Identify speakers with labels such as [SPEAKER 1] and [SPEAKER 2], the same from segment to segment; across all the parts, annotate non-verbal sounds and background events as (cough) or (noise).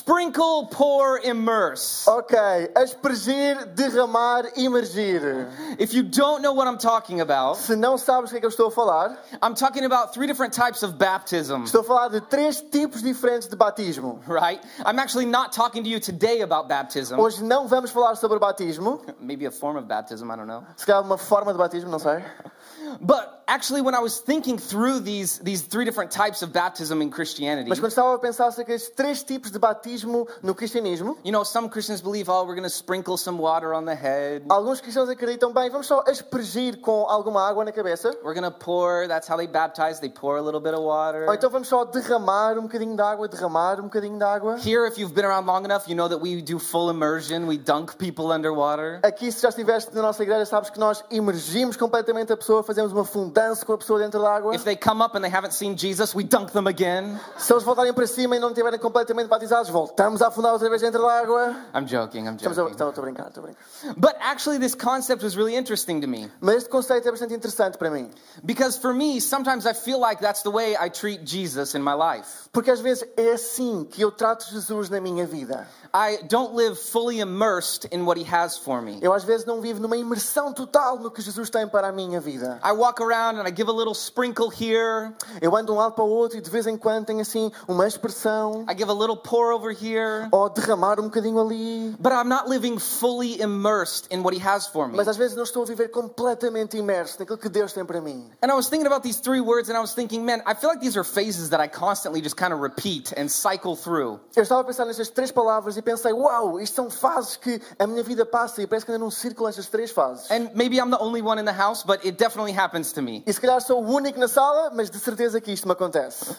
[SPEAKER 1] Sprinkle, pour, immerse.
[SPEAKER 2] Ok, aspergir, derramar, imergir.
[SPEAKER 1] If you don't know what I'm talking about,
[SPEAKER 2] Se não sabes o que é que eu estou a falar,
[SPEAKER 1] I'm talking about three different types of baptism,
[SPEAKER 2] estou a falar de três tipos diferentes de batismo.
[SPEAKER 1] right? I'm actually not talking to you today about baptism.
[SPEAKER 2] Hoje não vamos falar sobre batismo,
[SPEAKER 1] Maybe a form of baptism, I don't know.
[SPEAKER 2] se calhar uma forma de batismo, não sei.
[SPEAKER 1] But actually, when I was thinking through these, these three different types of baptism in Christianity,
[SPEAKER 2] Mas quando estava a pensar acerca destes três tipos de batismo no cristianismo,
[SPEAKER 1] you know, some Christians believe, oh, we're going to sprinkle some water on the head.
[SPEAKER 2] alguns cristãos acreditam, bem, vamos só aspergir com alguma água na cabeça,
[SPEAKER 1] We're going to pour, that's how they baptize, they pour a little bit of water.
[SPEAKER 2] ou então vamos só derramar um bocadinho de água, derramar um bocadinho de água.
[SPEAKER 1] Here, if you've been around long enough, you know that we do full immersion. We dunk people underwater.
[SPEAKER 2] Aqui, se já estiveste na nossa igreja, sabes que nós imergimos completamente a pessoa, fazemos uma fundança com a pessoa dentro da água.
[SPEAKER 1] If they come up and they haven't seen Jesus, we dunk them again.
[SPEAKER 2] Se eles voltarem para cima e não estiverem completamente batizados, voltamos a afundar outra vez dentro da água.
[SPEAKER 1] I'm joking, I'm
[SPEAKER 2] Estamos a,
[SPEAKER 1] joking.
[SPEAKER 2] estou, estou a brincar, estou a brincar.
[SPEAKER 1] But actually, this concept was really interesting to me.
[SPEAKER 2] Mas este conceito é bastante interessante para mim.
[SPEAKER 1] Because for me, sometimes I feel like that's the way I treat Jesus in my life.
[SPEAKER 2] Porque às vezes é assim que eu trato Jesus na minha vida.
[SPEAKER 1] I don't live fully immersed in what he has for me.
[SPEAKER 2] Eu às vezes não vivo numa imersão total no que Jesus tem para a minha vida.
[SPEAKER 1] I walk around and I give a little sprinkle here,
[SPEAKER 2] Eu ando de um lado para o outro e de vez em quando tenho assim uma expressão,
[SPEAKER 1] I give a little pour over here,
[SPEAKER 2] ou derramar um bocadinho ali.
[SPEAKER 1] but I'm not living fully immersed in what he has for me.
[SPEAKER 2] Mas às vezes não estou a viver completamente imerso naquilo que Deus tem para mim.
[SPEAKER 1] And I was thinking about these three words, and I was thinking, man, I feel like these are phases that I constantly just kind of repeat and cycle through.
[SPEAKER 2] Eu estava a pensar nestas três palavras e pensei, uau, isto são fases que a minha vida passa e parece que ando num círculo estas três fases.
[SPEAKER 1] And maybe I'm the only one in the house, but it definitely happens to me.
[SPEAKER 2] E se calhar sou o único na sala, mas de certeza que isto me acontece.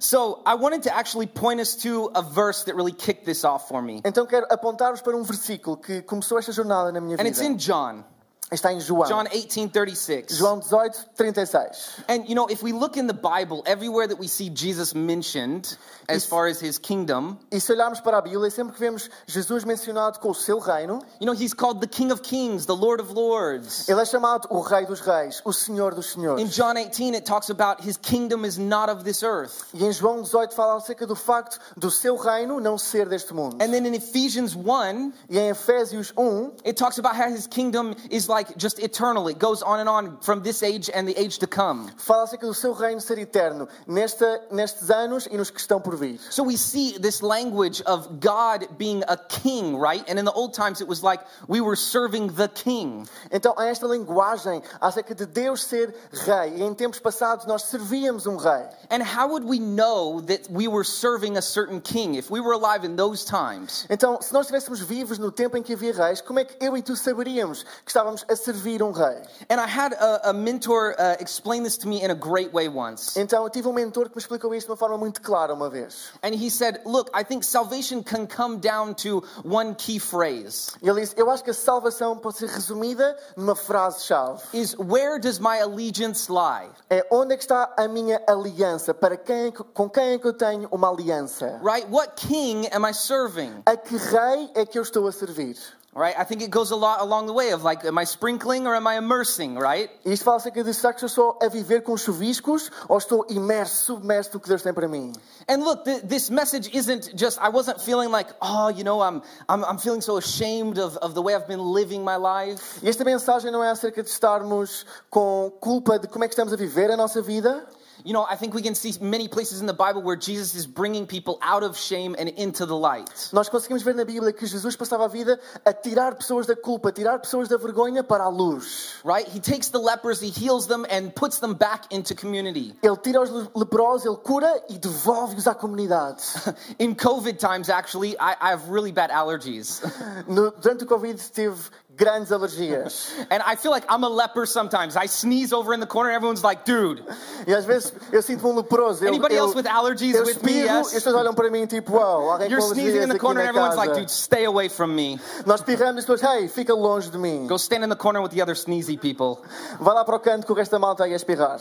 [SPEAKER 1] So I wanted to actually point us to a verse that really kicked this off for me.
[SPEAKER 2] Então quero apontar-vos para um versículo que começou esta jornada na minha
[SPEAKER 1] And it's in
[SPEAKER 2] vida.
[SPEAKER 1] John,
[SPEAKER 2] Está em João.
[SPEAKER 1] John 18 36.
[SPEAKER 2] João 18, 36.
[SPEAKER 1] And you know, if we look in the Bible, everywhere that we see Jesus mentioned as far as his kingdom,
[SPEAKER 2] E se olharmos para a Bíblia, sempre que vemos Jesus mencionado com o seu reino,
[SPEAKER 1] you know, he's called the King of Kings, the Lord of Lords.
[SPEAKER 2] ele é chamado o Rei dos Reis, o Senhor dos
[SPEAKER 1] In
[SPEAKER 2] Senhores.
[SPEAKER 1] John 18, it talks about his kingdom is not of this earth.
[SPEAKER 2] E em João 18 fala acerca do facto do seu reino não ser deste mundo.
[SPEAKER 1] And then in Ephesians 1,
[SPEAKER 2] E em Efésios 1,
[SPEAKER 1] it talks about how his kingdom is like just eternal. It goes on and on from this age and the age to come.
[SPEAKER 2] fala acerca do seu reino ser eterno, nesta, nestes anos e nos que estão por vir.
[SPEAKER 1] So we see this language of God being a king, right? And in the old times, it was like we were serving the king.
[SPEAKER 2] Então há esta linguagem acerca de Deus ser rei. E em tempos passados nós servíamos um rei.
[SPEAKER 1] And how would we know that we were serving a certain king if we were alive in those times?
[SPEAKER 2] Então, se nós estivéssemos vivos no tempo em que havia reis, como é que eu e tu saberíamos que estávamos a servir um rei?
[SPEAKER 1] And I had a, a mentor uh, explain this to me in a great way once.
[SPEAKER 2] Então, eu tive um mentor que me explicou isto de uma forma muito clara uma vez.
[SPEAKER 1] And he said, Look, I think salvation can come down to one key phrase.
[SPEAKER 2] Ele disse: Eu acho que a salvação pode ser resumida numa frase-chave.
[SPEAKER 1] is where does my allegiance lie?
[SPEAKER 2] É onde é que está a minha aliança? Para quem, é que- com quem é que eu tenho uma aliança?
[SPEAKER 1] Right? What king am I serving?
[SPEAKER 2] A que rei é que eu estou a servir?
[SPEAKER 1] Right? I think it goes a lot along the way of like, am I sprinkling or am I immersing? Right?
[SPEAKER 2] E Isto fala acerca de será que eu estou a viver com chuviscos ou estou imerso, submerso no que Deus tem para mim?
[SPEAKER 1] And look, th- this message isn't just, I wasn't feeling like, oh, you know, I'm, I'm, I'm feeling so ashamed of, of the way I've been living my life.
[SPEAKER 2] E esta mensagem não é acerca de estarmos com culpa de como é que estamos a viver a nossa vida.
[SPEAKER 1] You know, I think we can see many places in the Bible where Jesus is bringing people out of shame and into the light.
[SPEAKER 2] Nós conseguimos ver na Bíblia que Jesus passava a vida a tirar pessoas da culpa, a tirar pessoas da vergonha para a luz.
[SPEAKER 1] Right? He takes the lepers, he heals them, and puts them back into community.
[SPEAKER 2] Ele tira os le- leprosos, ele cura e devolve-os à comunidade. (laughs)
[SPEAKER 1] In COVID times, actually, I, I have really bad allergies. (laughs)
[SPEAKER 2] No- durante o Covid tive grandes alergias.
[SPEAKER 1] And I feel like I'm a leper sometimes. I sneeze over in the corner, everyone's like, dude.
[SPEAKER 2] E às vezes eu sinto-me um leproso. Eu,
[SPEAKER 1] Anybody
[SPEAKER 2] eu,
[SPEAKER 1] else with allergies
[SPEAKER 2] eu
[SPEAKER 1] with me,
[SPEAKER 2] espirro e
[SPEAKER 1] yes?
[SPEAKER 2] as pessoas olham para mim tipo, uau, alguém
[SPEAKER 1] You're
[SPEAKER 2] com
[SPEAKER 1] sneezing
[SPEAKER 2] alergias
[SPEAKER 1] in the
[SPEAKER 2] aqui
[SPEAKER 1] corner, and
[SPEAKER 2] na
[SPEAKER 1] everyone's
[SPEAKER 2] casa.
[SPEAKER 1] like, dude, stay away from me.
[SPEAKER 2] Nós pirramos e as pessoas, hey, fica longe de mim.
[SPEAKER 1] Go stand in the corner with the other sneezy people.
[SPEAKER 2] Vai lá para o canto que o resto da malta aí a espirrar.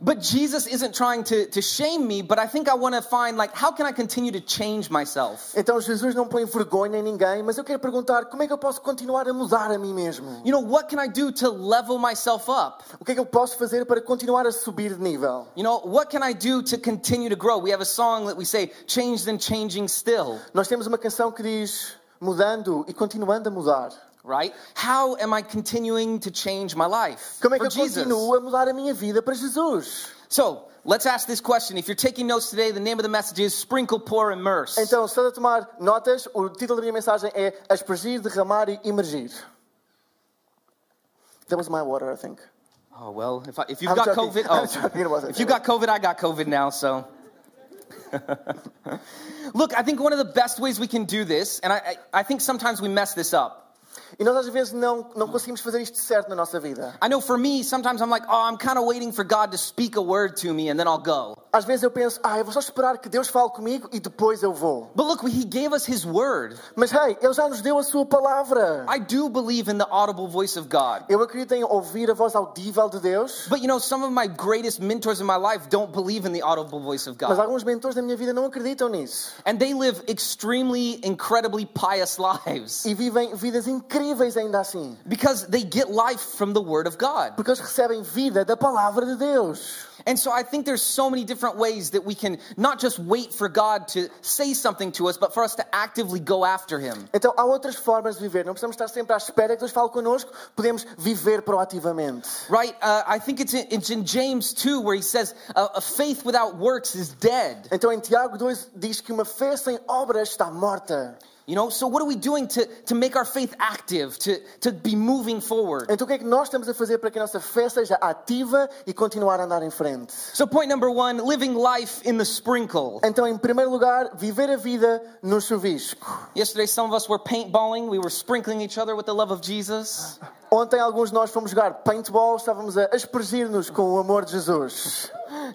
[SPEAKER 1] But Jesus isn't trying to, to shame me, but I think I want to find, like, how can I continue to change myself?
[SPEAKER 2] Então Jesus não põe vergonha em ninguém, mas eu quero perguntar como é que eu posso continuar a mudar a mim mesmo?
[SPEAKER 1] You know, what can I do to level myself up?
[SPEAKER 2] O que é que eu posso fazer para continuar a subir de nível?
[SPEAKER 1] You know, what can I do to continue to grow? We have a song that we say, changed and changing still,
[SPEAKER 2] Nós temos uma canção que diz mudando e continuando a mudar.
[SPEAKER 1] right? How am I continuing to change my life
[SPEAKER 2] Como é
[SPEAKER 1] for
[SPEAKER 2] que eu
[SPEAKER 1] Jesus?
[SPEAKER 2] continuo a mudar a minha vida para Jesus?
[SPEAKER 1] So let's ask this question. If you're taking notes today, the name of the message is Sprinkle, Pour, Immerse.
[SPEAKER 2] Então, se estás a tomar notas, o título da minha mensagem é Aspergir, Derramar e Emergir. That was my water, I think.
[SPEAKER 1] oh, well, if, I, if you've
[SPEAKER 2] I'm
[SPEAKER 1] got COVID,
[SPEAKER 2] joking. (laughs)
[SPEAKER 1] oh,
[SPEAKER 2] I'm joking, it wasn't.
[SPEAKER 1] if you got COVID, I got COVID now, so. (laughs) Look, I think one of the best ways we can do this, and I, I, I think sometimes we mess this up.
[SPEAKER 2] E nós às vezes não, não conseguimos fazer isto certo na nossa vida.
[SPEAKER 1] I know for me, sometimes I'm like, oh, I'm kind of waiting for God to speak a word to me, and then I'll go.
[SPEAKER 2] Às vezes eu penso, ah, eu vou só esperar que Deus fale comigo e depois eu vou.
[SPEAKER 1] But look, He gave us His word.
[SPEAKER 2] Mas, hey, Ele já nos deu a sua palavra.
[SPEAKER 1] I do believe in the audible voice of God.
[SPEAKER 2] Eu acredito em ouvir a voz audível de Deus,
[SPEAKER 1] But you know, some of my greatest mentors in my life don't believe in the audible voice of
[SPEAKER 2] mas
[SPEAKER 1] God.
[SPEAKER 2] alguns mentores da minha vida não acreditam nisso.
[SPEAKER 1] And they live extremely, incredibly pious (laughs) lives
[SPEAKER 2] E vivem vidas incríveis ainda assim.
[SPEAKER 1] because they get life from the Word of God.
[SPEAKER 2] Porque eles recebem vida da palavra de Deus.
[SPEAKER 1] And so I think there's so many different ways that we can not just wait for God to say something to us, but for us to actively go after Him.
[SPEAKER 2] Então há outras formas de viver, não precisamos estar sempre à espera que Deus fale connosco, podemos viver proativamente.
[SPEAKER 1] Right? Uh, I think it's in, it's in James 2 where he says, uh, a faith without works is dead.
[SPEAKER 2] Então em Tiago 2 diz que uma fé sem obras está morta.
[SPEAKER 1] You know, so what are we doing to, to make our faith active, to, to be moving forward?
[SPEAKER 2] Então o que é que nós estamos a fazer para que a nossa fé seja ativa e continuar a andar em frente?
[SPEAKER 1] So, point number one living life in the sprinkle.
[SPEAKER 2] Então em primeiro lugar, viver a vida no chuvisco.
[SPEAKER 1] Yesterday, some of us were paintballing. We were sprinkling each other with the love of Jesus.
[SPEAKER 2] Ontem alguns de nós fomos jogar paintball, estávamos a aspergir-nos com o amor de Jesus.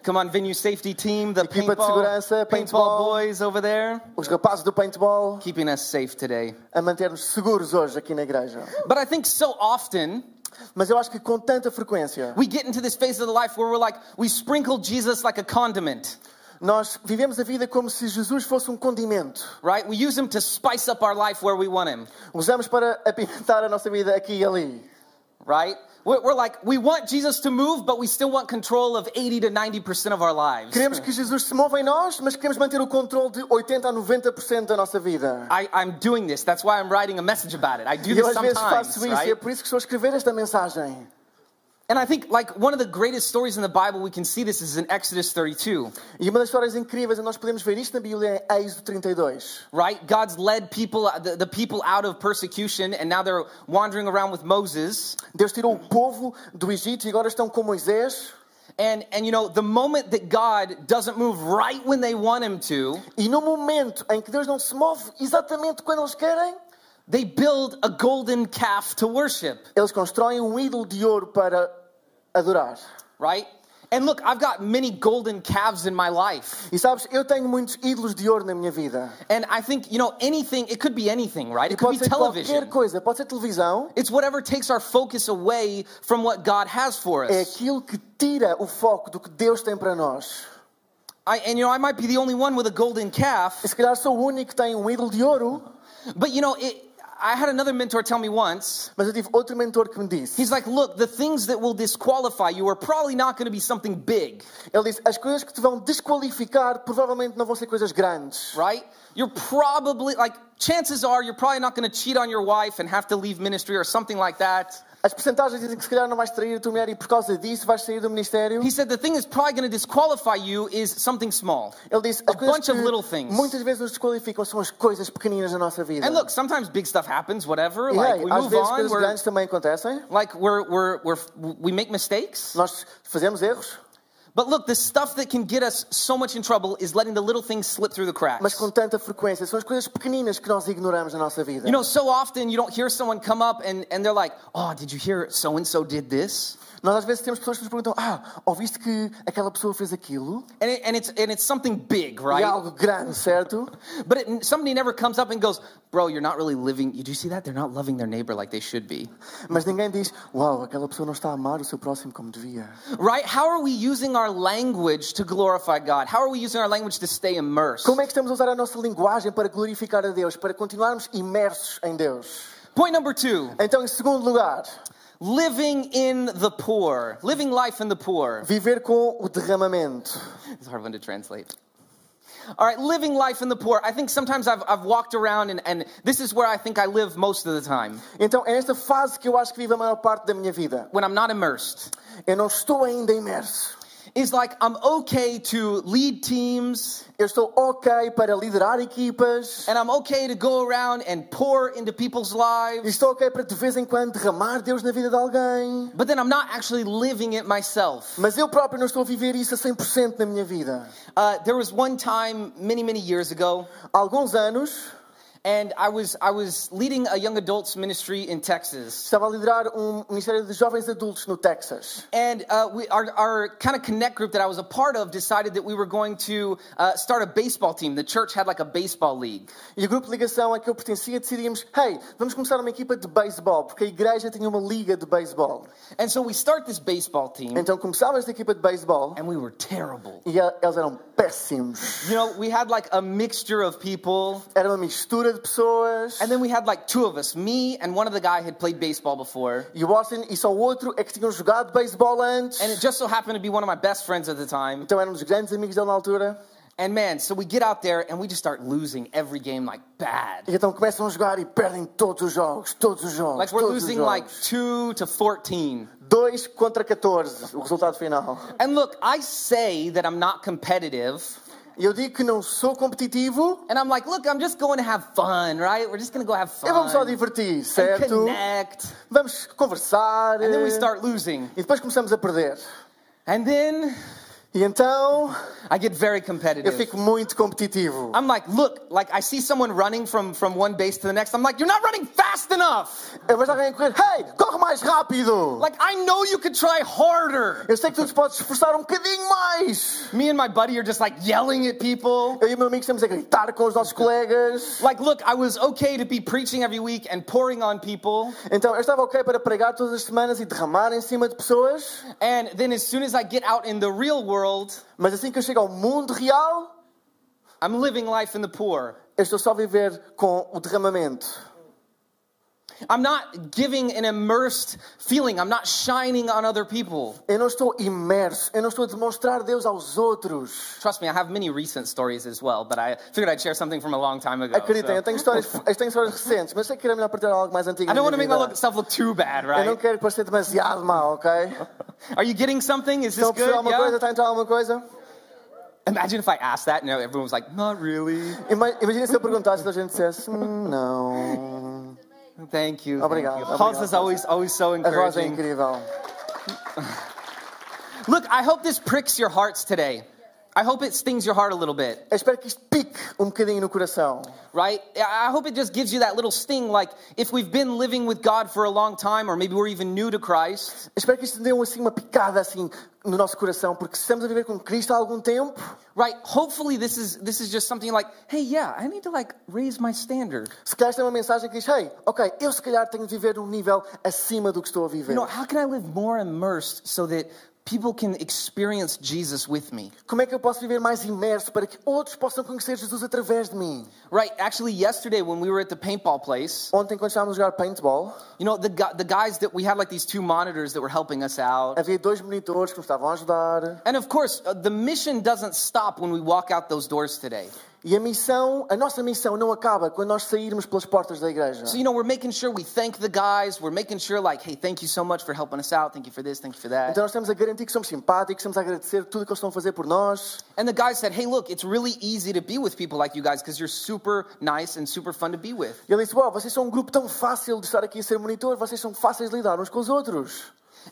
[SPEAKER 1] Come on, venue safety team, the
[SPEAKER 2] Equipa de
[SPEAKER 1] paintball,
[SPEAKER 2] segurança,
[SPEAKER 1] paintball
[SPEAKER 2] paintball.
[SPEAKER 1] boys over there,
[SPEAKER 2] Os rapazes do paintball
[SPEAKER 1] keeping us safe today.
[SPEAKER 2] a manter-nos seguros hoje aqui na igreja.
[SPEAKER 1] But I think so often
[SPEAKER 2] Mas eu acho que com tanta frequência
[SPEAKER 1] we get into this phase of the life where we're like, we sprinkle Jesus like a condiment,
[SPEAKER 2] Nós vivemos a vida como se Jesus fosse um condimento.
[SPEAKER 1] right? We use him to spice up our life where we want him,
[SPEAKER 2] Usamos para apimentar a nossa vida aqui e ali.
[SPEAKER 1] right? We're, we're like, we want Jesus to move, but we still want control of 80 to 90% of our lives.
[SPEAKER 2] Queremos que Jesus se mova em nós, mas queremos manter o controle de 80 a 90% da nossa vida.
[SPEAKER 1] I, I'm doing this. That's why I'm writing a message about it. I do
[SPEAKER 2] E eu
[SPEAKER 1] this
[SPEAKER 2] às vezes
[SPEAKER 1] sometimes,
[SPEAKER 2] faço isso, e
[SPEAKER 1] right?
[SPEAKER 2] é por isso que estou a escrever esta mensagem.
[SPEAKER 1] And I think like one of the greatest stories in the Bible we can see this is in Exodus 32,
[SPEAKER 2] E uma das histórias incríveis, e nós podemos ver isto na Bíblia, é Êxodo 32.
[SPEAKER 1] right? God's led people the, the people out of persecution and now they're wandering around with Moses.
[SPEAKER 2] Deus tirou o povo do Egito e agora estão com Moisés.
[SPEAKER 1] And and you know, the moment that God doesn't move right when they want him to,
[SPEAKER 2] E no momento em que Deus não se move exatamente quando eles querem,
[SPEAKER 1] they build a golden calf to worship,
[SPEAKER 2] eles constroem um ídolo de ouro para adorar.
[SPEAKER 1] right? And look, I've got many golden calves in my life.
[SPEAKER 2] E sabes, eu tenho muitos ídolos de ouro na minha vida.
[SPEAKER 1] And I think, you know, anything, it could be anything, right? It could be
[SPEAKER 2] Pode ser
[SPEAKER 1] É television.
[SPEAKER 2] qualquer coisa, pode ser televisão.
[SPEAKER 1] It's whatever takes our focus away from what God has for
[SPEAKER 2] É
[SPEAKER 1] us.
[SPEAKER 2] aquilo que tira o foco do que Deus tem para nós.
[SPEAKER 1] I, and you know, I might be the only one with a golden calf,
[SPEAKER 2] E se calhar sou o único que tem um ídolo de ouro,
[SPEAKER 1] but you know, it, I had another mentor tell me once.
[SPEAKER 2] mas eu tive outro mentor que me disse.
[SPEAKER 1] He's like, look, the things that will disqualify you are probably not going to be something big,
[SPEAKER 2] Ele disse: as coisas que te vão desqualificar provavelmente não vão ser coisas grandes.
[SPEAKER 1] right? You're probably, like, chances are you're probably not going to cheat on your wife and have to leave ministry or something like that.
[SPEAKER 2] As percentagens dizem que se calhar não vais trair a tua mulher e por causa disso vais sair do ministério.
[SPEAKER 1] He said, the thing that's probably going to disqualify you is something small.
[SPEAKER 2] Ele disse:
[SPEAKER 1] A
[SPEAKER 2] as coisas
[SPEAKER 1] bunch of little
[SPEAKER 2] que
[SPEAKER 1] things.
[SPEAKER 2] muitas vezes nos desqualificam são as coisas pequeninas da nossa vida.
[SPEAKER 1] And look, sometimes big stuff happens, whatever.
[SPEAKER 2] E,
[SPEAKER 1] Like,
[SPEAKER 2] hey,
[SPEAKER 1] we
[SPEAKER 2] às
[SPEAKER 1] move
[SPEAKER 2] vezes
[SPEAKER 1] on,
[SPEAKER 2] coisas
[SPEAKER 1] we're,
[SPEAKER 2] grandes também acontecem.
[SPEAKER 1] like, we're, we're, we're, we make mistakes.
[SPEAKER 2] Nós fazemos erros.
[SPEAKER 1] But look, the stuff that can get us so much in trouble is letting the little things slip through the
[SPEAKER 2] mas
[SPEAKER 1] cracks.
[SPEAKER 2] com tanta frequência. São as coisas pequeninas que nós ignoramos na nossa vida.
[SPEAKER 1] You know, so often you don't hear someone come up and, and they're like, oh, did you hear so and so did this?
[SPEAKER 2] nós às vezes temos pessoas que nos perguntam: Ah, ouviste que aquela pessoa fez aquilo?
[SPEAKER 1] And, it, and, it's, and it's something big,
[SPEAKER 2] E
[SPEAKER 1] right?
[SPEAKER 2] é algo grande, certo?
[SPEAKER 1] But it, somebody never comes up and goes, bro, you're not really living. You do you see that? They're not loving their neighbor like they should be.
[SPEAKER 2] Mas ninguém diz: Uau, aquela pessoa não está a amar o seu próximo como devia.
[SPEAKER 1] Right? How are we using our our language to glorify God? How are we using our language to stay immersed?
[SPEAKER 2] Como é que estamos a usar a nossa linguagem para glorificar a Deus, para continuarmos imersos em Deus?
[SPEAKER 1] Point number two
[SPEAKER 2] Então, em segundo lugar,
[SPEAKER 1] living in the poor, living life in the poor.
[SPEAKER 2] viver com o derramamento.
[SPEAKER 1] It's a hard one to translate. All right, living life in the poor. I think sometimes I've, I've walked around, and, and this is where I think I live most of the time
[SPEAKER 2] Então, é esta fase que eu acho que vivo a maior parte da minha vida.
[SPEAKER 1] when I'm not immersed.
[SPEAKER 2] Eu não estou ainda imerso.
[SPEAKER 1] Is like I'm okay to lead teams,
[SPEAKER 2] Eu estou ok para liderar equipas.
[SPEAKER 1] and I'm okay to go around and pour into people's
[SPEAKER 2] E
[SPEAKER 1] lives,
[SPEAKER 2] estou é ok para de vez em quando derramar Deus na vida de alguém.
[SPEAKER 1] but then I'm not actually living it myself.
[SPEAKER 2] Mas eu próprio não estou a viver isso a 100% na minha vida.
[SPEAKER 1] Uh, there was one time many, many years ago,
[SPEAKER 2] Há alguns anos,
[SPEAKER 1] and I was I was leading a young adults ministry in Texas,
[SPEAKER 2] estava a liderar um Ministério de Jovens Adultos no Texas.
[SPEAKER 1] and uh, we, our our kind of connect group that I was a part of decided that we were going to uh, start a baseball team. The church had like a baseball league,
[SPEAKER 2] E o grupo de ligação a que eu pertencia decidimos: hey, vamos começar uma equipa de beisebol, porque a igreja tinha uma liga de beisebol.
[SPEAKER 1] and so we start this baseball team,
[SPEAKER 2] Então começámos esta equipa de beisebol
[SPEAKER 1] and we were terrible.
[SPEAKER 2] e a- eles eram péssimos.
[SPEAKER 1] You know, we had like a mixture of people.
[SPEAKER 2] Era uma mistura de pessoas.
[SPEAKER 1] And then we had like two of us, me and one of the guy had played baseball before.
[SPEAKER 2] E o Austin e só o outro é que tinham jogado beisebol antes.
[SPEAKER 1] And it just so happened to be one of my best friends at the time.
[SPEAKER 2] Então éramos grandes amigos dele na altura.
[SPEAKER 1] And man, so we get out there and we just start losing every game like bad.
[SPEAKER 2] E então começam a jogar e perdem todos os jogos, todos os jogos.
[SPEAKER 1] Like we're
[SPEAKER 2] todos os
[SPEAKER 1] losing
[SPEAKER 2] jogos.
[SPEAKER 1] like 2 to 14.
[SPEAKER 2] 2 contra 14, o resultado final.
[SPEAKER 1] And look, I say that I'm not competitive.
[SPEAKER 2] E eu digo que não sou competitivo,
[SPEAKER 1] And I'm like, look, I'm just going to have fun, right? We're just going to go have
[SPEAKER 2] eu vamos só
[SPEAKER 1] fun.
[SPEAKER 2] divertir,
[SPEAKER 1] And
[SPEAKER 2] certo?
[SPEAKER 1] connect.
[SPEAKER 2] Vamos conversar. eh,
[SPEAKER 1] And then we start losing.
[SPEAKER 2] E depois começamos a perder.
[SPEAKER 1] And then
[SPEAKER 2] E então
[SPEAKER 1] I get very
[SPEAKER 2] eu
[SPEAKER 1] competitive.
[SPEAKER 2] fico muito competitivo.
[SPEAKER 1] I'm like, look, like I see someone running from from one base to the next. I'm like, you're not running fast enough.
[SPEAKER 2] Eu vejo alguém a correr, hey, corre mais rápido!
[SPEAKER 1] Like I know you could try harder.
[SPEAKER 2] Eu sei que tu te podes esforçar um bocadinho mais!
[SPEAKER 1] Me and my buddy are just like yelling at people.
[SPEAKER 2] Eu e o meu amigo estamos a gritar com os nossos colegas.
[SPEAKER 1] Like, look, I was okay to be preaching every week and pouring on people.
[SPEAKER 2] Então, eu estava ok para pregar todas as semanas e derramar em cima de pessoas,
[SPEAKER 1] And then as soon as I get out in the real world,
[SPEAKER 2] mas assim que eu chego ao mundo real,
[SPEAKER 1] I'm living life in the poor.
[SPEAKER 2] eu estou só a viver com o derramamento.
[SPEAKER 1] I'm not giving an immersed feeling. I'm not shining on other people.
[SPEAKER 2] Eu não estou imerso, eu não estou a demonstrar Deus aos outros.
[SPEAKER 1] Trust me, I have many recent stories as well, but I figured I'd share something from a long time ago. so.
[SPEAKER 2] Acreditem, eu tenho histórias, eu tenho histórias recentes, mas sei que era melhor partir algo mais antigo.
[SPEAKER 1] I
[SPEAKER 2] na
[SPEAKER 1] don't want to
[SPEAKER 2] minha
[SPEAKER 1] make my
[SPEAKER 2] vida.
[SPEAKER 1] look, stuff look too bad,
[SPEAKER 2] Eu não
[SPEAKER 1] right?
[SPEAKER 2] quero parecer demasiado mal, ok?
[SPEAKER 1] Are you getting something? Is
[SPEAKER 2] Estão
[SPEAKER 1] this
[SPEAKER 2] a perceber
[SPEAKER 1] good?
[SPEAKER 2] alguma
[SPEAKER 1] Yeah?
[SPEAKER 2] coisa? Está a entrar alguma coisa?
[SPEAKER 1] Imagine if I asked that and everyone was like, not really.
[SPEAKER 2] Ima- Imagina se eu perguntasse e a gente dissesse, "Hum, não.
[SPEAKER 1] Thank you. thank
[SPEAKER 2] Obrigado,
[SPEAKER 1] you.
[SPEAKER 2] obrigado.
[SPEAKER 1] Hans is always, always so
[SPEAKER 2] A voz é
[SPEAKER 1] encouraging.
[SPEAKER 2] incrível.
[SPEAKER 1] Look, I hope this pricks your hearts today. I hope it stings your heart a little bit,
[SPEAKER 2] Eu espero que isto pique um bocadinho no coração.
[SPEAKER 1] right? I I hope it just gives you that little sting, like if we've been living with God for a long time, or maybe we're even new to Christ,
[SPEAKER 2] Eu espero que isto dê um, assim, uma picada assim no nosso coração, porque se estamos a viver com Cristo há algum tempo,
[SPEAKER 1] right? Hopefully, this is this is just something like, hey, yeah, I need to like raise my standard.
[SPEAKER 2] se calhar esta é uma mensagem que diz, hey, ok, eu se calhar tenho de viver um nível acima do que estou a viver.
[SPEAKER 1] You know, how can I live more immersed so that people can experience Jesus with me?
[SPEAKER 2] Como é que eu posso viver mais imerso para que outros possam conhecer Jesus através de mim?
[SPEAKER 1] Right. Actually, yesterday when we were at the paintball place,
[SPEAKER 2] Ontem, quando estávamos a jogar paintball,
[SPEAKER 1] you know, the gu- the guys that we had like these two monitors that were helping us out.
[SPEAKER 2] havia dois monitores que nos estavam a ajudar.
[SPEAKER 1] And of course, uh, the mission doesn't stop when we walk out those doors today.
[SPEAKER 2] E a missão, a nossa missão não acaba quando nós sairmos pelas portas da igreja.
[SPEAKER 1] So, you know, we're making sure we thank the guys. We're making sure, like, hey, thank you so much for helping us out. Thank you for this. Thank you for that.
[SPEAKER 2] Então nós estamos a garantir que somos simpáticos, estamos a agradecer tudo o que eles estão a fazer por nós.
[SPEAKER 1] And the guys said, hey, look, it's really easy to be with people like you guys because you're super nice and super fun to be with.
[SPEAKER 2] E ele disse, uau, vocês são um grupo tão fácil de estar aqui a ser monitor, vocês são fáceis de lidar uns com os outros.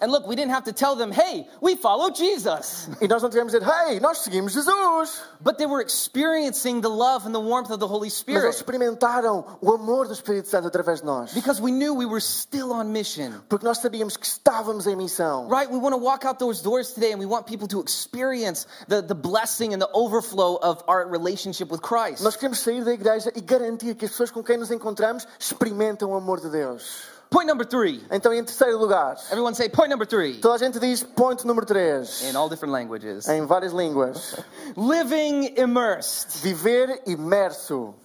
[SPEAKER 1] And look, we didn't have to tell them, hey, we follow Jesus. (laughs)
[SPEAKER 2] E nós não tivemos de dizer, hey, nós seguimos Jesus.
[SPEAKER 1] But they were experiencing the love and the warmth of the Holy
[SPEAKER 2] Mas eles
[SPEAKER 1] Spirit
[SPEAKER 2] experimentaram o amor do Espírito Santo através de nós.
[SPEAKER 1] because we knew we were still on mission.
[SPEAKER 2] Porque nós sabíamos que estávamos em missão.
[SPEAKER 1] Right? We want to walk out those doors today and we want people to experience the, the blessing and the overflow of our relationship with Christ.
[SPEAKER 2] Nós queremos sair da igreja e garantir que as pessoas com quem nos encontramos experimentam o amor de Deus.
[SPEAKER 1] Point number three.
[SPEAKER 2] Então, em terceiro lugar,
[SPEAKER 1] Everyone say point number three
[SPEAKER 2] toda a gente diz ponto número 3,
[SPEAKER 1] in all different languages.
[SPEAKER 2] em várias línguas.
[SPEAKER 1] Living immersed.
[SPEAKER 2] Viver imerso.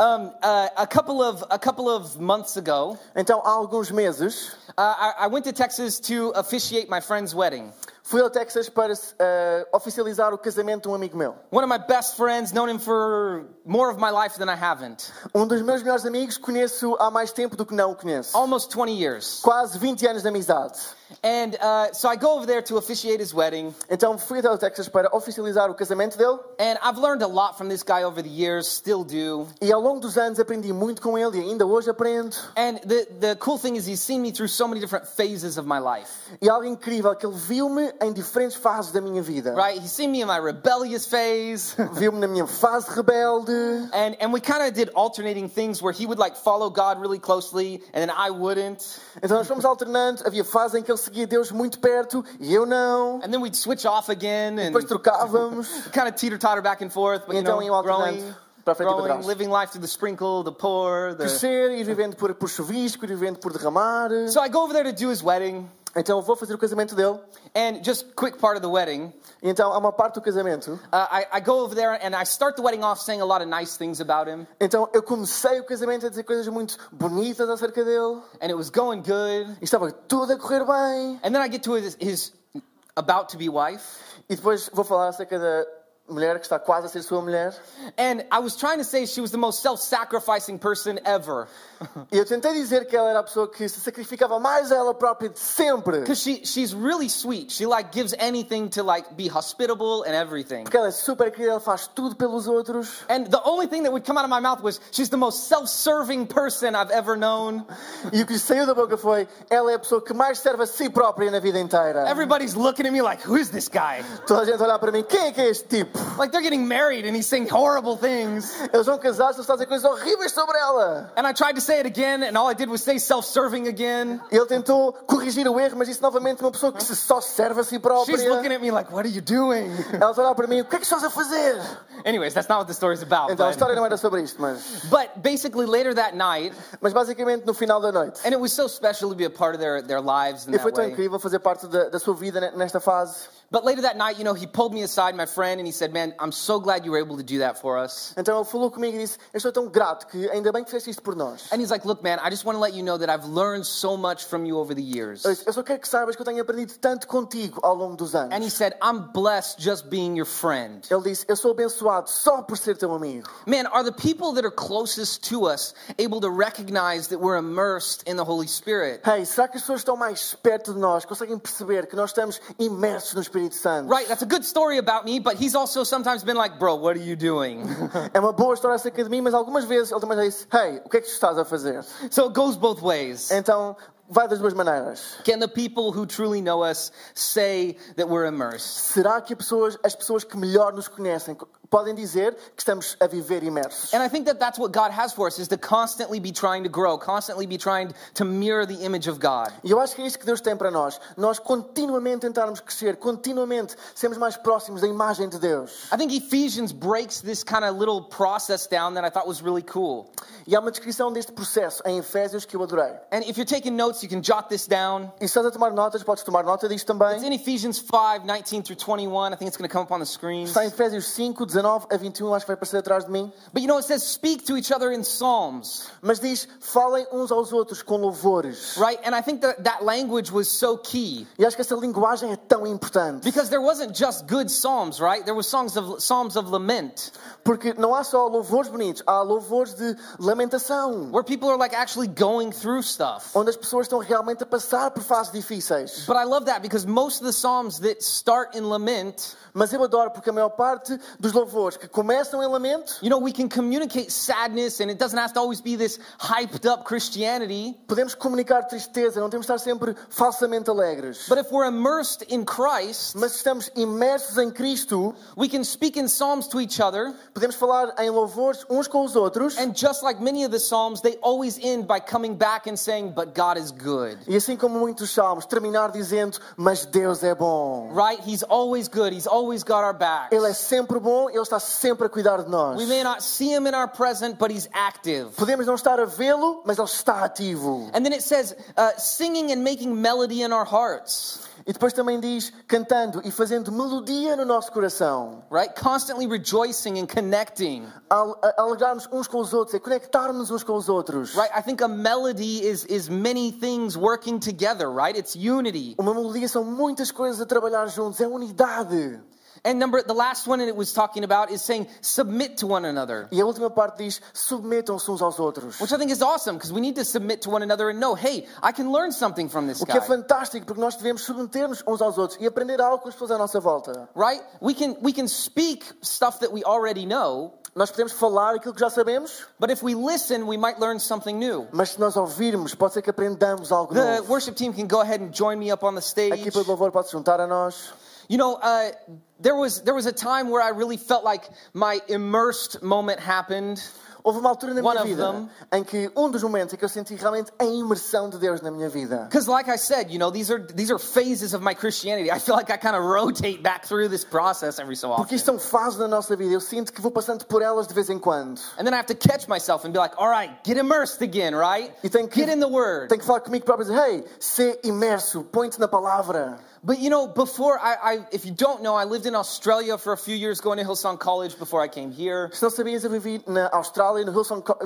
[SPEAKER 1] Um, uh, a couple of a couple of months ago,
[SPEAKER 2] Então, há alguns meses,
[SPEAKER 1] uh, I, I went to Texas to officiate my friend's wedding.
[SPEAKER 2] fui ao Texas para eh, oficializar o casamento de um amigo meu.
[SPEAKER 1] One of my best friends, known him for more of my life than I haven't,
[SPEAKER 2] Um dos meus melhores amigos conheço há mais tempo do que não o conheço.
[SPEAKER 1] almost 20 years.
[SPEAKER 2] Quase 20 anos de amizade.
[SPEAKER 1] And uh, so I go over there to officiate his wedding,
[SPEAKER 2] Então fui até o Texas para oficializar o casamento dele
[SPEAKER 1] and I've learned a lot from this guy over the years, still do.
[SPEAKER 2] e ao longo dos anos aprendi muito com ele e ainda hoje aprendo.
[SPEAKER 1] And the, the cool thing is, he's seen me through so many different phases of my life,
[SPEAKER 2] E algo incrível é que ele viu-me em diferentes fases da minha vida.
[SPEAKER 1] right? He's seen me in my rebellious phase.
[SPEAKER 2] Viu-me na minha fase rebelde
[SPEAKER 1] And, and we kind of did alternating things where he would like follow God really closely and then I wouldn't.
[SPEAKER 2] Então nós fomos alternando. Havia fase em que ele seguia Deus muito perto e eu não.
[SPEAKER 1] And then we'd switch off again and (laughs)
[SPEAKER 2] Depois trocávamos.
[SPEAKER 1] kind of teeter totter back and forth, but you
[SPEAKER 2] Então,
[SPEAKER 1] know,
[SPEAKER 2] iam alternando
[SPEAKER 1] growing,
[SPEAKER 2] para frente e para
[SPEAKER 1] growing,
[SPEAKER 2] trás.
[SPEAKER 1] living life through the sprinkle, the poor. The...
[SPEAKER 2] Crescer, ir vivendo por, por chuvisco, ir vivendo por derramar.
[SPEAKER 1] So I go over there to do his wedding
[SPEAKER 2] Então eu vou fazer o casamento dele.
[SPEAKER 1] and just quick part of the wedding.
[SPEAKER 2] E então há uma parte do casamento.
[SPEAKER 1] Uh, I, I go over there and I start the wedding off saying a lot of nice things about him
[SPEAKER 2] Então eu comecei o casamento a dizer coisas muito bonitas acerca dele.
[SPEAKER 1] and it was going good.
[SPEAKER 2] E estava tudo a correr bem.
[SPEAKER 1] And then I get to his, his about to be wife.
[SPEAKER 2] E depois vou falar acerca da mulher que está quase a ser sua mulher.
[SPEAKER 1] And I was trying to say she was the most self sacrificing person ever.
[SPEAKER 2] E eu tentei dizer que ela era a pessoa que se sacrificava mais a ela própria de sempre.
[SPEAKER 1] Because she, she's really sweet. She like gives anything to like be hospitable and everything.
[SPEAKER 2] Porque ela é super querida, ela faz tudo pelos outros.
[SPEAKER 1] And the only thing that would come out of my mouth was she's the most self-serving person I've ever known.
[SPEAKER 2] E o que lhe saiu da boca foi: ela é a pessoa que mais serve a si própria na vida inteira.
[SPEAKER 1] Everybody's looking at me like, who is this guy?
[SPEAKER 2] Toda a gente olhar para mim: quem é que é este tipo? um
[SPEAKER 1] Like they're getting married and he's saying horrible things.
[SPEAKER 2] Eles vão casar-se, eles fazem coisas horríveis sobre ela.
[SPEAKER 1] And I tried to say it again, and all I did was say self-serving again.
[SPEAKER 2] Ele tentou corrigir o erro, mas disse novamente: uma pessoa que se só serve a si própria.
[SPEAKER 1] She's looking at me like, what are you doing? (laughs)
[SPEAKER 2] Elas olharam para mim, o que é que estás a fazer?
[SPEAKER 1] Anyways, that's not what the story's about.
[SPEAKER 2] Então a
[SPEAKER 1] But,
[SPEAKER 2] história não era sobre isto, mas.
[SPEAKER 1] but basically later that night,
[SPEAKER 2] Mas basicamente no final da noite.
[SPEAKER 1] and it was so special to be a part of their, their lives in
[SPEAKER 2] E
[SPEAKER 1] that
[SPEAKER 2] foi tão
[SPEAKER 1] way.
[SPEAKER 2] incrível fazer parte da, da sua vida ne- nesta fase.
[SPEAKER 1] But later that night, you know, he pulled me aside, my friend, and he said, man, I'm so glad you were able to do that for us.
[SPEAKER 2] Então ele falou comigo e disse: Eu estou tão grato que ainda bem que fizeste isto por nós.
[SPEAKER 1] And he's like, Look, man, I just want to let you know that I've learned so much from you over the years.
[SPEAKER 2] Eu disse, "Eu só quero que saibas que eu tenho aprendido tanto contigo ao longo dos
[SPEAKER 1] And he
[SPEAKER 2] anos.
[SPEAKER 1] said, I'm blessed just being your friend.
[SPEAKER 2] Ele disse: Eu sou abençoado só por ser teu amigo.
[SPEAKER 1] Man, are the people that are closest to us able to recognize that we're immersed in the Holy Spirit?
[SPEAKER 2] Hey, será que as pessoas estão mais perto de nós? Conseguem perceber que nós estamos imersos no Espírito Santo?
[SPEAKER 1] Right, that's a good story about me, but he's also sometimes been like, Bro, what are you doing? (laughs)
[SPEAKER 2] É uma boa história acerca de mim, mas algumas vezes ele também já disse: Hey, o que é que tu estás a fazer?
[SPEAKER 1] so it goes both ways.
[SPEAKER 2] Então vai das duas maneiras.
[SPEAKER 1] Can the people who truly know us say that we're immersed?
[SPEAKER 2] Será que pessoas- as pessoas que melhor nos conhecem co- podem dizer que estamos a viver imersos?
[SPEAKER 1] And I think that that's what God has for us is to constantly be trying to grow, constantly be trying to mirror the image of God.
[SPEAKER 2] E eu acho que é isso que Deus tem para nós. Nós continuamente tentarmos crescer, continuamente sermos mais próximos da imagem de Deus.
[SPEAKER 1] I think Ephesians breaks this kind of little process down that I thought was really cool.
[SPEAKER 2] E há uma descrição deste processo em Efésios que eu adorei.
[SPEAKER 1] And if you're taking notes, you can jot this down.
[SPEAKER 2] E se estás a tomar notas, podes tomar nota disto
[SPEAKER 1] It's
[SPEAKER 2] também.
[SPEAKER 1] in Ephesians 5 19 through 21. I think it's going to come up on the screen.
[SPEAKER 2] Está em Efésios 5, 19 a 21, acho que vai aparecer atrás de mim.
[SPEAKER 1] But you know, it says, speak to each other in psalms,
[SPEAKER 2] Mas diz: falem uns aos outros com louvores.
[SPEAKER 1] right? And I think that that language was so key
[SPEAKER 2] E acho que essa linguagem é tão importante.
[SPEAKER 1] because there wasn't just good psalms, right? There were songs of psalms of lament
[SPEAKER 2] Porque não há só louvores bonitos, há louvores de lamentação.
[SPEAKER 1] where people are like actually going through stuff.
[SPEAKER 2] Onde as pessoas estão realmente a passar por fases difíceis.
[SPEAKER 1] But I love that because most of the psalms that start in lament,
[SPEAKER 2] Mas eu adoro porque a maior parte dos louvores que começam em lamento,
[SPEAKER 1] You know, we can communicate sadness, and it doesn't have to always be this hyped up Christianity.
[SPEAKER 2] podemos comunicar tristeza, não temos de estar sempre falsamente alegres.
[SPEAKER 1] But if we're immersed in Christ,
[SPEAKER 2] Mas se estamos imersos em Cristo,
[SPEAKER 1] we can speak in Psalms to each other.
[SPEAKER 2] podemos falar em louvores uns com os outros.
[SPEAKER 1] And just like many of the Psalms, they always end by coming back and saying, But God is good.
[SPEAKER 2] E assim como muitos salmos, terminar dizendo: Mas Deus é bom.
[SPEAKER 1] Right? He's always good. He's always got our backs.
[SPEAKER 2] Ele é sempre bom, Ele está sempre a cuidar de nós.
[SPEAKER 1] We may not see him in our present, but he's active.
[SPEAKER 2] Podemos não estar a vê-lo, mas Ele está ativo.
[SPEAKER 1] And then it says, uh, singing and making melody in our hearts,
[SPEAKER 2] E depois também diz: Cantando e fazendo melodia no nosso coração.
[SPEAKER 1] right? Constantly rejoicing and connecting,
[SPEAKER 2] Al- a- Alegrarmos uns com os outros, é conectarmos uns com os outros.
[SPEAKER 1] right? I think a melody is, is many things working together, right? It's unity.
[SPEAKER 2] Uma melodia são muitas coisas a trabalhar juntos, é unidade.
[SPEAKER 1] And number, the last one it was talking about is saying submit to one another,
[SPEAKER 2] E a última parte diz: submetam-se uns aos outros.
[SPEAKER 1] which I think is awesome because we need to submit to one another and know, hey, I can learn something from this
[SPEAKER 2] O que é
[SPEAKER 1] guy.
[SPEAKER 2] fantástico, porque nós devemos submeter-nos uns aos outros e aprender algo com as pessoas à nossa volta.
[SPEAKER 1] Right? We can we can speak stuff that we already know,
[SPEAKER 2] Nós podemos falar aquilo que já sabemos,
[SPEAKER 1] but if we listen, we might learn something new.
[SPEAKER 2] mas se nós ouvirmos, pode ser que aprendamos algo
[SPEAKER 1] The
[SPEAKER 2] novo.
[SPEAKER 1] worship team can go ahead and join me up on the
[SPEAKER 2] A
[SPEAKER 1] stage.
[SPEAKER 2] equipa de louvor pode se juntar a nós.
[SPEAKER 1] You know, uh, there was there was a time where I really felt like my immersed moment happened.
[SPEAKER 2] Houve uma altura na
[SPEAKER 1] One
[SPEAKER 2] minha
[SPEAKER 1] of
[SPEAKER 2] vida
[SPEAKER 1] them.
[SPEAKER 2] em que um dos momentos em que eu senti realmente a imersão de Deus na minha vida.
[SPEAKER 1] Because, like I said, you know, these are these are phases of my Christianity. I feel like I kind of rotate back through this process every so
[SPEAKER 2] Porque um
[SPEAKER 1] often,
[SPEAKER 2] isto são fases da nossa vida. Eu sinto que vou passando por elas de vez em quando.
[SPEAKER 1] and then I have to catch myself and be like, "All right, get immersed again, right?
[SPEAKER 2] E tenho que,
[SPEAKER 1] Get in the Word."
[SPEAKER 2] tenho que falar comigo próprio e dizer: Hey, ser imerso, põe-te na palavra.
[SPEAKER 1] But you know, before I, I, if you don't know, I lived in Australia for a few years, going to Hillsong College before I came here.
[SPEAKER 2] Se não sabias, eu vivi na Austrália, no Hillsong, Co-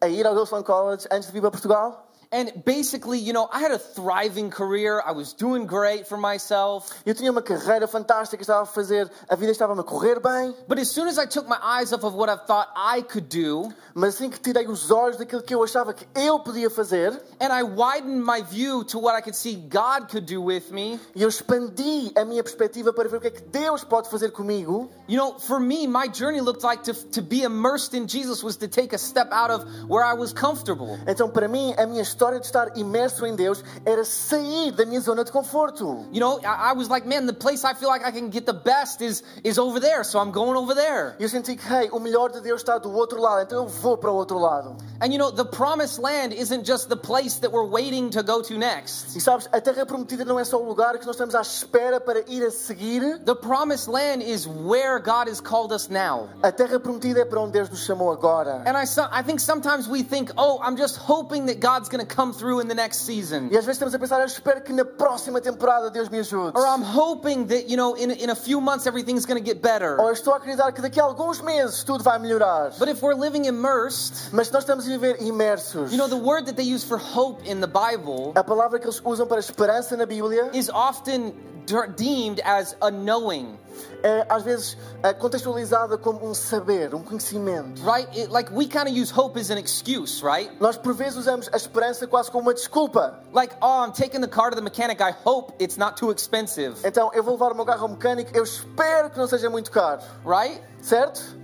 [SPEAKER 2] a ir ao Hillsong College antes de vir para Portugal.
[SPEAKER 1] And basically, you know, I had a thriving career. I was doing great for myself.
[SPEAKER 2] Eu tinha uma carreira fantástica, estava a fazer, a vida estava-me a correr bem,
[SPEAKER 1] But as soon as I took my eyes off of what I thought I could do,
[SPEAKER 2] mas assim que tirei os olhos daquilo que eu achava que eu podia fazer,
[SPEAKER 1] and I widened my view to what I could see God could do with me,
[SPEAKER 2] e eu expandi a minha perspectiva para ver o que é que Deus pode fazer comigo,
[SPEAKER 1] you know, for me, my journey looked like to, to be immersed in Jesus was to take a step out of where I was comfortable.
[SPEAKER 2] então para mim, a minha história de estar imerso em Deus era sair da minha zona de conforto.
[SPEAKER 1] You know, I, I was like, man, the place I feel like I can get the best is is over there, so I'm going over there.
[SPEAKER 2] E eu senti que, hey, o melhor de Deus está do outro lado, então eu vou para o outro lado.
[SPEAKER 1] And you know, the promised land isn't just the place that we're waiting to go to next.
[SPEAKER 2] E sabes, a Terra Prometida não é só o lugar que nós estamos à espera para ir a seguir,
[SPEAKER 1] The promised land is where God has called us now.
[SPEAKER 2] A terra prometida é para onde Deus nos chamou agora.
[SPEAKER 1] And I, so- I think sometimes we think, oh, I'm just hoping that God's going to come through in the next season.
[SPEAKER 2] E às vezes estamos a pensar, eu espero que na próxima temporada Deus me ajude.
[SPEAKER 1] Or I'm hoping that, you know, in, in a few months everything's going to get better.
[SPEAKER 2] Ou eu estou a acreditar que daqui a alguns meses tudo vai melhorar.
[SPEAKER 1] But if we're living immersed,
[SPEAKER 2] Mas se nós estamos a viver imersos.
[SPEAKER 1] you know, the word that they use for hope in the Bible
[SPEAKER 2] A palavra que eles usam para esperança na Bíblia
[SPEAKER 1] is often de- deemed as a knowing,
[SPEAKER 2] é às vezes é contextualizada como um saber, um conhecimento.
[SPEAKER 1] right? It, like we kind of use hope as an excuse, right?
[SPEAKER 2] Nós por vezes usamos a esperança quase como uma desculpa.
[SPEAKER 1] Like, oh, I'm taking the car to the mechanic. I hope it's not too expensive,
[SPEAKER 2] Então eu vou levar o meu carro ao mecânico, eu espero que não seja muito caro,
[SPEAKER 1] right?
[SPEAKER 2] certo?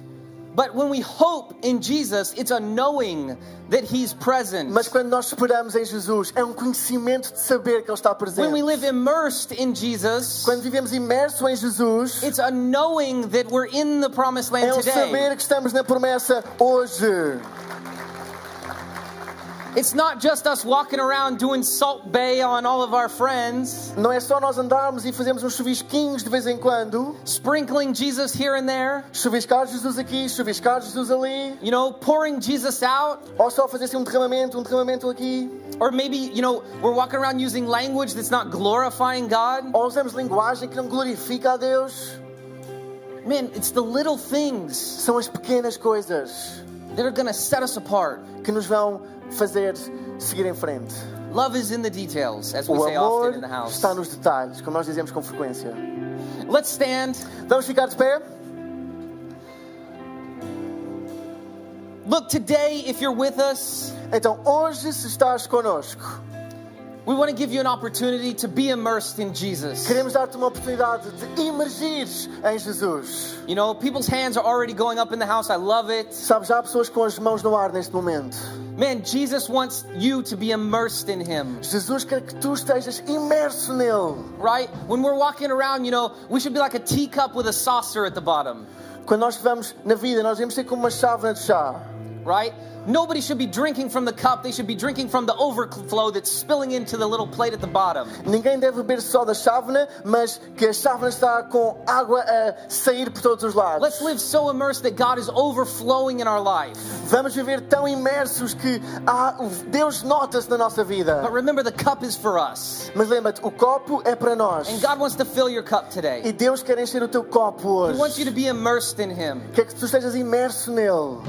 [SPEAKER 1] But when we hope in Jesus, it's a knowing that He's present.
[SPEAKER 2] Mas quando nós esperamos em Jesus, é um conhecimento de saber que Ele está
[SPEAKER 1] when we
[SPEAKER 2] presente.
[SPEAKER 1] live immersed in Jesus,
[SPEAKER 2] Quando vivemos imerso em Jesus,
[SPEAKER 1] it's a knowing that we're in the promised land
[SPEAKER 2] é o
[SPEAKER 1] today.
[SPEAKER 2] saber que estamos na promessa hoje.
[SPEAKER 1] It's not just us walking around doing Salt Bay on all of our friends,
[SPEAKER 2] Não é só nós andarmos e fazermos uns chuvisquinhos de vez em quando,
[SPEAKER 1] sprinkling Jesus here and there,
[SPEAKER 2] chuviscar Jesus aqui, chuviscar Jesus ali,
[SPEAKER 1] you know, pouring Jesus out,
[SPEAKER 2] ou só fazer assim um derramamento, um derramamento aqui,
[SPEAKER 1] or maybe, you know, we're walking around using language that's not glorifying God.
[SPEAKER 2] ou usamos linguagem que não glorifica a Deus.
[SPEAKER 1] Man, it's the little things
[SPEAKER 2] São as pequenas coisas
[SPEAKER 1] that are going to set us apart.
[SPEAKER 2] que nos vão fazer seguir em frente.
[SPEAKER 1] Love is in the details, as we
[SPEAKER 2] O
[SPEAKER 1] say often
[SPEAKER 2] amor
[SPEAKER 1] in the house.
[SPEAKER 2] está nos detalhes, como nós dizemos com frequência.
[SPEAKER 1] Let's stand.
[SPEAKER 2] Vamos ficar de pé?
[SPEAKER 1] Look, today, if you're with us,
[SPEAKER 2] Então, hoje, se estás connosco,
[SPEAKER 1] we want to give you an opportunity to be immersed in Jesus.
[SPEAKER 2] Queremos dar-te uma oportunidade de emergir em Jesus.
[SPEAKER 1] You know, people's hands are already going up in the house. I love it.
[SPEAKER 2] Sabes, já há pessoas com as mãos no ar neste momento.
[SPEAKER 1] Man, Jesus wants you to be immersed in Him,
[SPEAKER 2] Jesus quer que tu estejas imerso nele.
[SPEAKER 1] right? When we're walking around, you know, we should be like a teacup with a saucer at the bottom,
[SPEAKER 2] Quando nós vamos na vida, nós devemos ser como uma chávena de chá.
[SPEAKER 1] right? Nobody should be drinking from the cup. They should be drinking from the overflow that's spilling into the little plate at the bottom.
[SPEAKER 2] Ninguém deve beber só da chávena, mas que a chávena está com água a sair por todos os lados.
[SPEAKER 1] Let's live so immersed that God is overflowing in our life.
[SPEAKER 2] Vamos viver tão imersos que há- Deus nota-se na nossa
[SPEAKER 1] But
[SPEAKER 2] vida.
[SPEAKER 1] remember, the cup is for us.
[SPEAKER 2] Mas lembra-te, o copo é para nós.
[SPEAKER 1] And God wants to fill your cup
[SPEAKER 2] E
[SPEAKER 1] today.
[SPEAKER 2] Deus quer encher o teu copo
[SPEAKER 1] He wants you to
[SPEAKER 2] hoje.
[SPEAKER 1] be immersed in Him.
[SPEAKER 2] Quer que tu estejas imerso nele.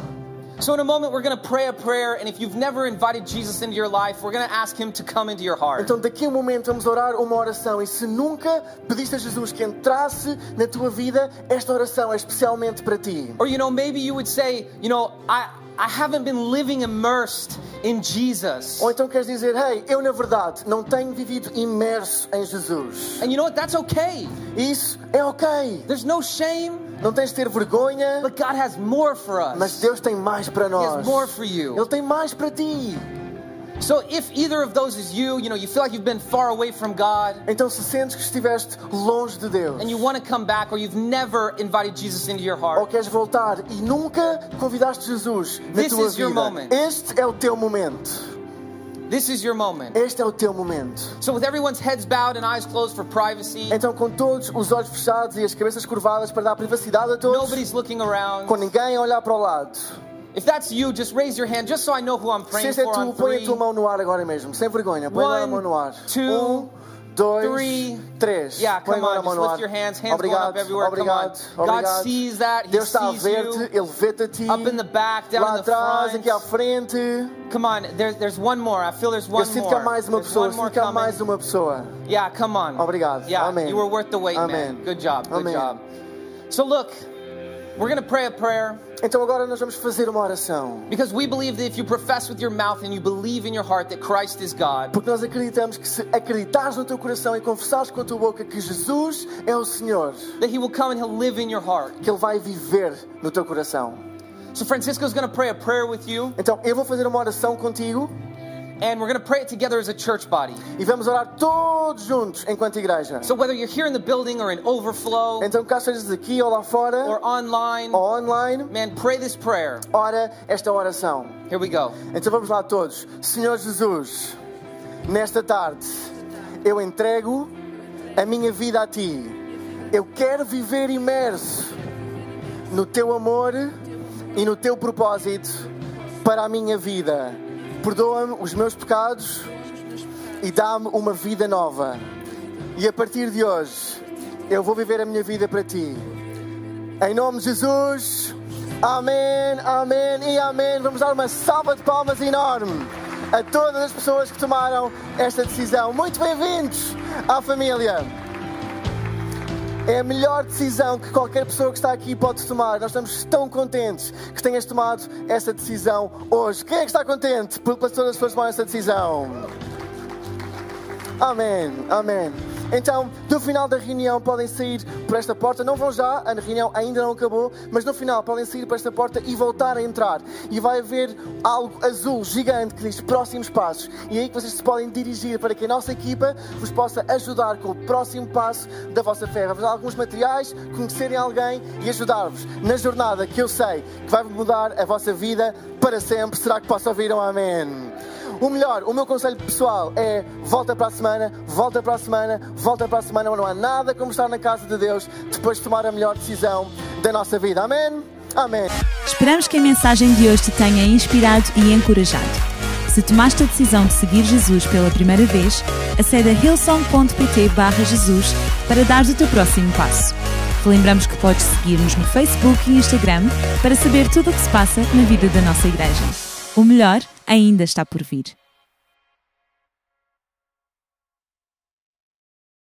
[SPEAKER 1] So, in a moment, we're going to pray a prayer. And if you've never invited Jesus into your life, we're going to ask Him to come into your heart.
[SPEAKER 2] Então daqui a um momento vamos orar uma oração e se nunca pediste a Jesus que entrasse na tua vida, esta oração é especialmente para ti.
[SPEAKER 1] Or, you know, maybe you would say, you know, I, I haven't been living immersed in Jesus.
[SPEAKER 2] Ou então queres dizer, hey, eu na verdade não tenho vivido imerso em Jesus.
[SPEAKER 1] And you know what? That's okay.
[SPEAKER 2] E Isso é ok.
[SPEAKER 1] There's no shame,
[SPEAKER 2] Não tens de ter vergonha,
[SPEAKER 1] but God has more for
[SPEAKER 2] mas
[SPEAKER 1] us.
[SPEAKER 2] Deus tem mais para
[SPEAKER 1] He
[SPEAKER 2] nós.
[SPEAKER 1] has more for you.
[SPEAKER 2] Ele tem mais para ti.
[SPEAKER 1] So if either of those is you, you know, you feel like you've been far away from God
[SPEAKER 2] Então se sentes que estiveste longe de Deus,
[SPEAKER 1] and you want to come back or you've never invited Jesus into your
[SPEAKER 2] ou
[SPEAKER 1] heart,
[SPEAKER 2] queres voltar e nunca convidaste Jesus na
[SPEAKER 1] This
[SPEAKER 2] tua
[SPEAKER 1] is your
[SPEAKER 2] vida,
[SPEAKER 1] moment.
[SPEAKER 2] este é o teu momento.
[SPEAKER 1] this is your moment.
[SPEAKER 2] Este é o teu momento.
[SPEAKER 1] So with everyone's heads bowed and eyes closed for privacy,
[SPEAKER 2] Então, com todos os olhos fechados e as cabeças curvadas para dar privacidade a todos,
[SPEAKER 1] nobody's looking
[SPEAKER 2] com
[SPEAKER 1] around.
[SPEAKER 2] ninguém a olhar para o lado. Se
[SPEAKER 1] If that's you, just raise your hand just so I know who I'm praying
[SPEAKER 2] este é
[SPEAKER 1] for
[SPEAKER 2] tu,
[SPEAKER 1] on
[SPEAKER 2] põe a
[SPEAKER 1] three.
[SPEAKER 2] tua mão no ar agora mesmo, sem vergonha. Põe agora a mão no ar.
[SPEAKER 1] One, two,
[SPEAKER 2] um, dois,
[SPEAKER 1] three.
[SPEAKER 2] três.
[SPEAKER 1] Yeah,
[SPEAKER 2] põe
[SPEAKER 1] come on,
[SPEAKER 2] agora a mão
[SPEAKER 1] just
[SPEAKER 2] no ar.
[SPEAKER 1] lift your hands, hands going
[SPEAKER 2] obrigado,
[SPEAKER 1] up everywhere. Come on.
[SPEAKER 2] obrigado,
[SPEAKER 1] God
[SPEAKER 2] obrigado.
[SPEAKER 1] sees that, He
[SPEAKER 2] Deus está a
[SPEAKER 1] sees
[SPEAKER 2] ver-te,
[SPEAKER 1] you.
[SPEAKER 2] Ele vê-te a ti.
[SPEAKER 1] Up in the back, down
[SPEAKER 2] lá
[SPEAKER 1] in the
[SPEAKER 2] atrás,
[SPEAKER 1] front.
[SPEAKER 2] aqui à frente.
[SPEAKER 1] Come on, there's there's one more. I feel there's
[SPEAKER 2] Eu
[SPEAKER 1] one more.
[SPEAKER 2] sinto que há mais uma
[SPEAKER 1] There's
[SPEAKER 2] pessoa, eu
[SPEAKER 1] one more
[SPEAKER 2] sinto que há
[SPEAKER 1] coming.
[SPEAKER 2] mais uma pessoa.
[SPEAKER 1] Yeah, come on.
[SPEAKER 2] Obrigado.
[SPEAKER 1] Yeah,
[SPEAKER 2] Amém.
[SPEAKER 1] you were worth the wait, man.
[SPEAKER 2] Amém.
[SPEAKER 1] Good job. Good
[SPEAKER 2] Amém.
[SPEAKER 1] job. So look, we're gonna pray a prayer
[SPEAKER 2] Então agora nós vamos fazer uma oração.
[SPEAKER 1] because we believe that if you profess with your mouth and you believe in your heart that Christ is God,
[SPEAKER 2] Porque nós acreditamos que se acreditares no teu coração e confessares com a tua boca que Jesus é o Senhor,
[SPEAKER 1] that He will come and He'll live in your heart.
[SPEAKER 2] que Ele vai viver no teu coração.
[SPEAKER 1] So Francisco's gonna pray a prayer with you,
[SPEAKER 2] Então eu vou fazer uma oração contigo
[SPEAKER 1] and we're gonna pray it together as a church body.
[SPEAKER 2] e vamos orar todos juntos enquanto igreja.
[SPEAKER 1] So whether you're here in the building or in overflow
[SPEAKER 2] Então cá estejas aqui ou lá fora,
[SPEAKER 1] or online,
[SPEAKER 2] ou online,
[SPEAKER 1] man, pray this prayer.
[SPEAKER 2] ora esta oração.
[SPEAKER 1] Here we go.
[SPEAKER 2] Então vamos lá todos. Senhor Jesus, nesta tarde eu entrego a minha vida a ti. Eu quero viver imerso no teu amor e no teu propósito para a minha vida. Perdoa-me os meus pecados e dá-me uma vida nova. E a partir de hoje eu vou viver a minha vida para ti. Em nome de Jesus, amém, amém e amém. Vamos dar uma salva de palmas enorme a todas as pessoas que tomaram esta decisão. Muito bem-vindos à família. É a melhor decisão que qualquer pessoa que está aqui pode tomar. Nós estamos tão contentes que tenhas tomado essa decisão hoje. Quem é que está contente por pelas todas as pessoas que tomaram essa decisão? Amém, amém. Então, no final da reunião podem sair por esta porta. Não vão já, a reunião ainda não acabou, mas no final podem sair por esta porta e voltar a entrar. E vai haver algo azul gigante que diz próximos passos. E é aí que vocês se podem dirigir para que a nossa equipa vos possa ajudar com o próximo passo da vossa fé. Vamos dar alguns materiais, conhecerem alguém e ajudar-vos na jornada que eu sei que vai mudar a vossa vida para sempre. Será que posso ouvir um amém? O melhor, o meu conselho pessoal é volta para a semana, volta para a semana, volta para a semana. Não há nada como estar na casa de Deus depois de tomar a melhor decisão da nossa vida. Amém? Amém.
[SPEAKER 3] Esperamos que a mensagem de hoje te tenha inspirado e encorajado. Se tomaste a decisão de seguir Jesus pela primeira vez, acede a hillsong.pt barra Jesus para dares o teu próximo passo. Te lembramos que podes seguir-nos no Facebook e Instagram para saber tudo o que se passa na vida da nossa igreja. O melhor ainda está por vir.